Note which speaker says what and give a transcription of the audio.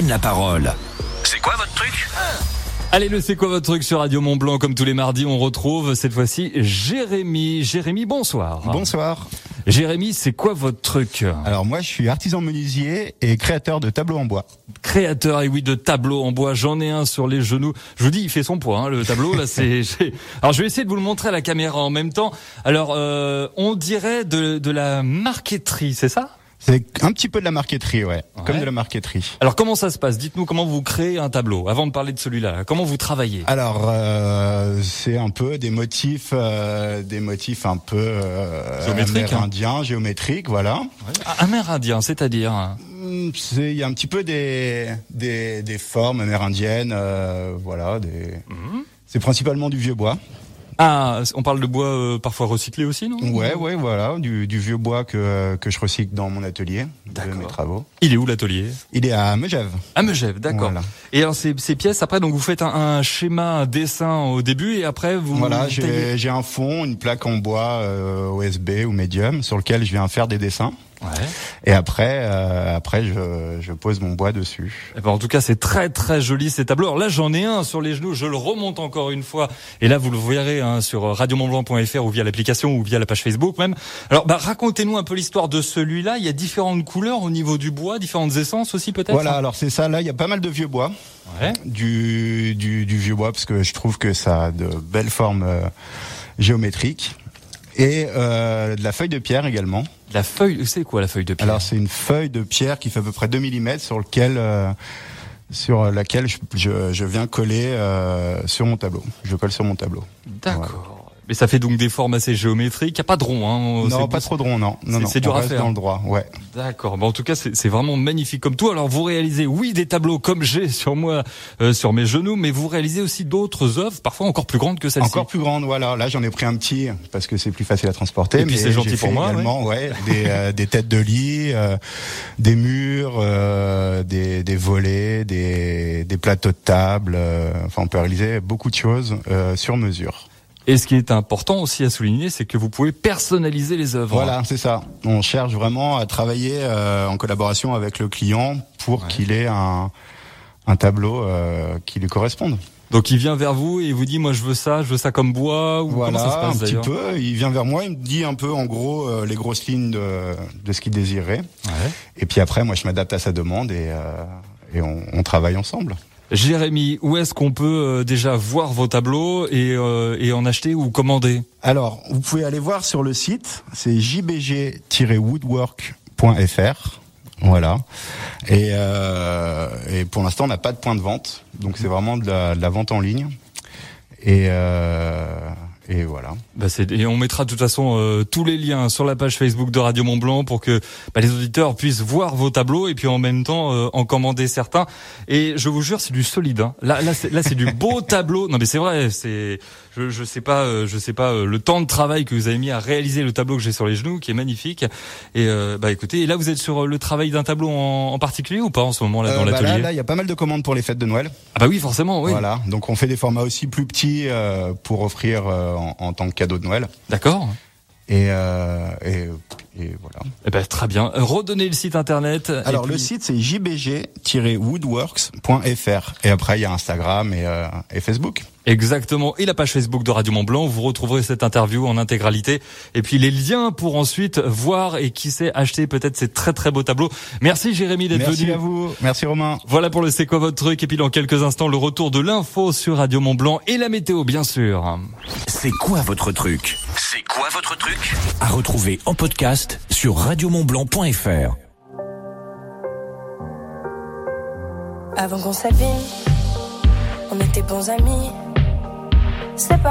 Speaker 1: la parole.
Speaker 2: C'est quoi votre truc
Speaker 3: Allez, le c'est quoi votre truc sur Radio Mont Blanc Comme tous les mardis, on retrouve cette fois-ci Jérémy. Jérémy, bonsoir.
Speaker 4: Bonsoir.
Speaker 3: Jérémy, c'est quoi votre truc
Speaker 4: Alors moi, je suis artisan menuisier et créateur de tableaux en bois.
Speaker 3: Créateur, et oui, de tableaux en bois. J'en ai un sur les genoux. Je vous dis, il fait son poids, hein, le tableau. Là, c'est. j'ai- Alors, je vais essayer de vous le montrer à la caméra en même temps. Alors, euh, on dirait de, de la marqueterie, c'est ça
Speaker 4: C'est un petit peu de la marqueterie, ouais.
Speaker 3: Ouais.
Speaker 4: Comme de la marqueterie.
Speaker 3: Alors, comment ça se passe Dites-nous comment vous créez un tableau. Avant de parler de celui-là, comment vous travaillez
Speaker 4: Alors, euh, c'est un peu des motifs, euh, des motifs un peu euh,
Speaker 3: Géométriques, hein.
Speaker 4: amérindiens, géométriques, voilà.
Speaker 3: Un Amérindien, c'est-à-dire
Speaker 4: Hum, c'est- Il y a un petit peu des des, des formes amérindiennes, euh, voilà. Des...
Speaker 3: Mhm.
Speaker 4: C'est principalement du vieux bois.
Speaker 3: Ah, on parle de bois euh, parfois recyclé aussi, non
Speaker 4: Ouais, ouais, voilà, du, du vieux bois que que je recycle dans mon atelier de
Speaker 3: D'accord.
Speaker 4: mes travaux.
Speaker 3: Il est où l'atelier
Speaker 4: Il est à Megève.
Speaker 3: À Megève, d'accord.
Speaker 4: Voilà.
Speaker 3: Et alors ces, ces pièces, après, donc vous faites un, un schéma, un dessin au début, et après vous
Speaker 4: Voilà,
Speaker 3: taillez.
Speaker 4: j'ai j'ai un fond, une plaque en bois euh, OSB ou médium sur lequel je viens faire des dessins.
Speaker 3: Ouais.
Speaker 4: Et après, euh, après je, je pose mon bois dessus.
Speaker 3: Eh ben, en tout cas, c'est très très joli ces tableaux. Alors là, j'en ai un sur les genoux, je le remonte encore une fois. Et là, vous le verrez hein, sur euh, radiomontblanc.fr ou via l'application ou via la page Facebook même. Alors, bah, racontez-nous un peu l'histoire de celui-là. Il y a différentes couleurs au niveau du bois, différentes essences aussi peut-être.
Speaker 4: Voilà, alors c'est ça. Là, il y a pas mal de vieux bois,
Speaker 3: Ouais.
Speaker 4: du, du, du vieux bois parce que je trouve que ça a de belles formes euh, géométriques et euh, de la feuille de pierre également.
Speaker 3: La feuille, c'est quoi la feuille de pierre
Speaker 4: Alors c'est une feuille de pierre qui fait à peu près 2 mm sur lequel euh, sur laquelle je, je, je viens coller euh, sur mon tableau. Je colle sur mon tableau.
Speaker 3: D'accord. Mais ça fait donc des formes assez géométriques. Il n'y a pas de rond. Hein.
Speaker 4: Non,
Speaker 3: C'est
Speaker 4: pas trop de rond, non. non,
Speaker 3: c'est-
Speaker 4: non.
Speaker 3: c'est dur
Speaker 4: On
Speaker 3: à
Speaker 4: reste
Speaker 3: faire.
Speaker 4: dans le droit, ouais.
Speaker 3: D'accord, mais en tout cas c'est c'est vraiment magnifique comme tout. Alors vous réalisez oui des tableaux comme j'ai sur moi, euh, sur mes genoux, mais vous réalisez aussi d'autres œuvres, parfois encore plus grandes que celle-ci.
Speaker 4: Encore plus grande, voilà. Là, j'en ai pris un petit parce que c'est plus facile à transporter.
Speaker 3: Et puis,
Speaker 4: mais
Speaker 3: c'est gentil
Speaker 4: j'ai
Speaker 3: pour
Speaker 4: fait
Speaker 3: moi,
Speaker 4: également, ouais. des, euh, des têtes de lit, euh, des murs, euh, des, des volets, des, des plateaux de table. euh, enfin, on peut réaliser beaucoup de choses euh, sur mesure.
Speaker 3: Et ce qui est important aussi à souligner, c'est que vous pouvez personnaliser les œuvres.
Speaker 4: Voilà, c'est ça. On cherche vraiment à travailler euh, en collaboration avec le client pour qu'il ait un, un tableau euh, qui lui corresponde.
Speaker 3: Donc il vient vers vous et il vous dit moi je veux ça, je veux ça comme bois ou
Speaker 4: Voilà,
Speaker 3: comment ça se passe
Speaker 4: un petit
Speaker 3: d'ailleurs
Speaker 4: peu. Il vient vers moi, il me dit un peu en gros euh, les grosses lignes de, de ce qu'il désirait.
Speaker 3: Ouais.
Speaker 4: Et puis après, moi, je m'adapte à sa demande et, euh, et on, on travaille ensemble.
Speaker 3: Jérémy, où est-ce qu'on peut euh, déjà voir vos tableaux et, euh, et en acheter ou commander
Speaker 4: Alors, vous pouvez aller voir sur le site, c'est jbg-woodwork.fr. Voilà. Et, euh, et pour l'instant, on n'a pas de point de vente, donc c'est vraiment de la, de la vente en ligne. Et, euh, et voilà.
Speaker 3: Bah, c'est- et on mettra de toute façon euh, tous les liens sur la page Facebook de Radio Mont Blanc pour que bah, les auditeurs puissent voir vos tableaux et puis en même temps euh, en commander certains. Et je vous jure, c'est du solide. hein. Là, là, c'est, là, c'est du beau tableau. Non, mais c'est vrai. C'est, je, je sais pas, euh, je sais pas euh, le temps de travail que vous avez mis à réaliser le tableau que j'ai sur les genoux, qui est magnifique. Et euh, bah écoutez, et là, vous êtes sur euh, le travail d'un tableau en, en particulier ou pas en ce moment là dans
Speaker 4: Euh, bah là,
Speaker 3: l'atelier
Speaker 4: là, il y a pas mal de commandes pour les fêtes de Noël.
Speaker 3: Ah bah oui, forcément, oui.
Speaker 4: Voilà. Donc on fait des formats aussi plus petits euh, pour offrir euh, en, en tant que cadeau de Noël.
Speaker 3: D'accord.
Speaker 4: Et, euh, et, et voilà.
Speaker 3: Eh ben très bien. Redonnez le site internet. et
Speaker 4: Alors le
Speaker 3: puis-
Speaker 4: site c'est jbg-woodworks.fr et après il y a Instagram et, euh, et Facebook.
Speaker 3: Exactement. Et la page Facebook de Radio Mont Blanc, vous retrouverez cette interview en intégralité. Et puis les liens pour ensuite voir et qui sait acheter peut-être ces très très beaux tableaux. Merci Jérémy d'être
Speaker 4: Merci
Speaker 3: venu.
Speaker 4: à vous, merci Romain.
Speaker 3: Voilà pour le C'est quoi votre truc Et puis dans quelques instants, le retour de l'info sur Radio Mont Blanc et la météo, bien sûr.
Speaker 1: C'est quoi votre truc
Speaker 2: C'est quoi votre truc
Speaker 1: À retrouver en podcast sur radiomontblanc.fr.
Speaker 5: Avant qu'on s'abîme, on était bons amis. C'est pas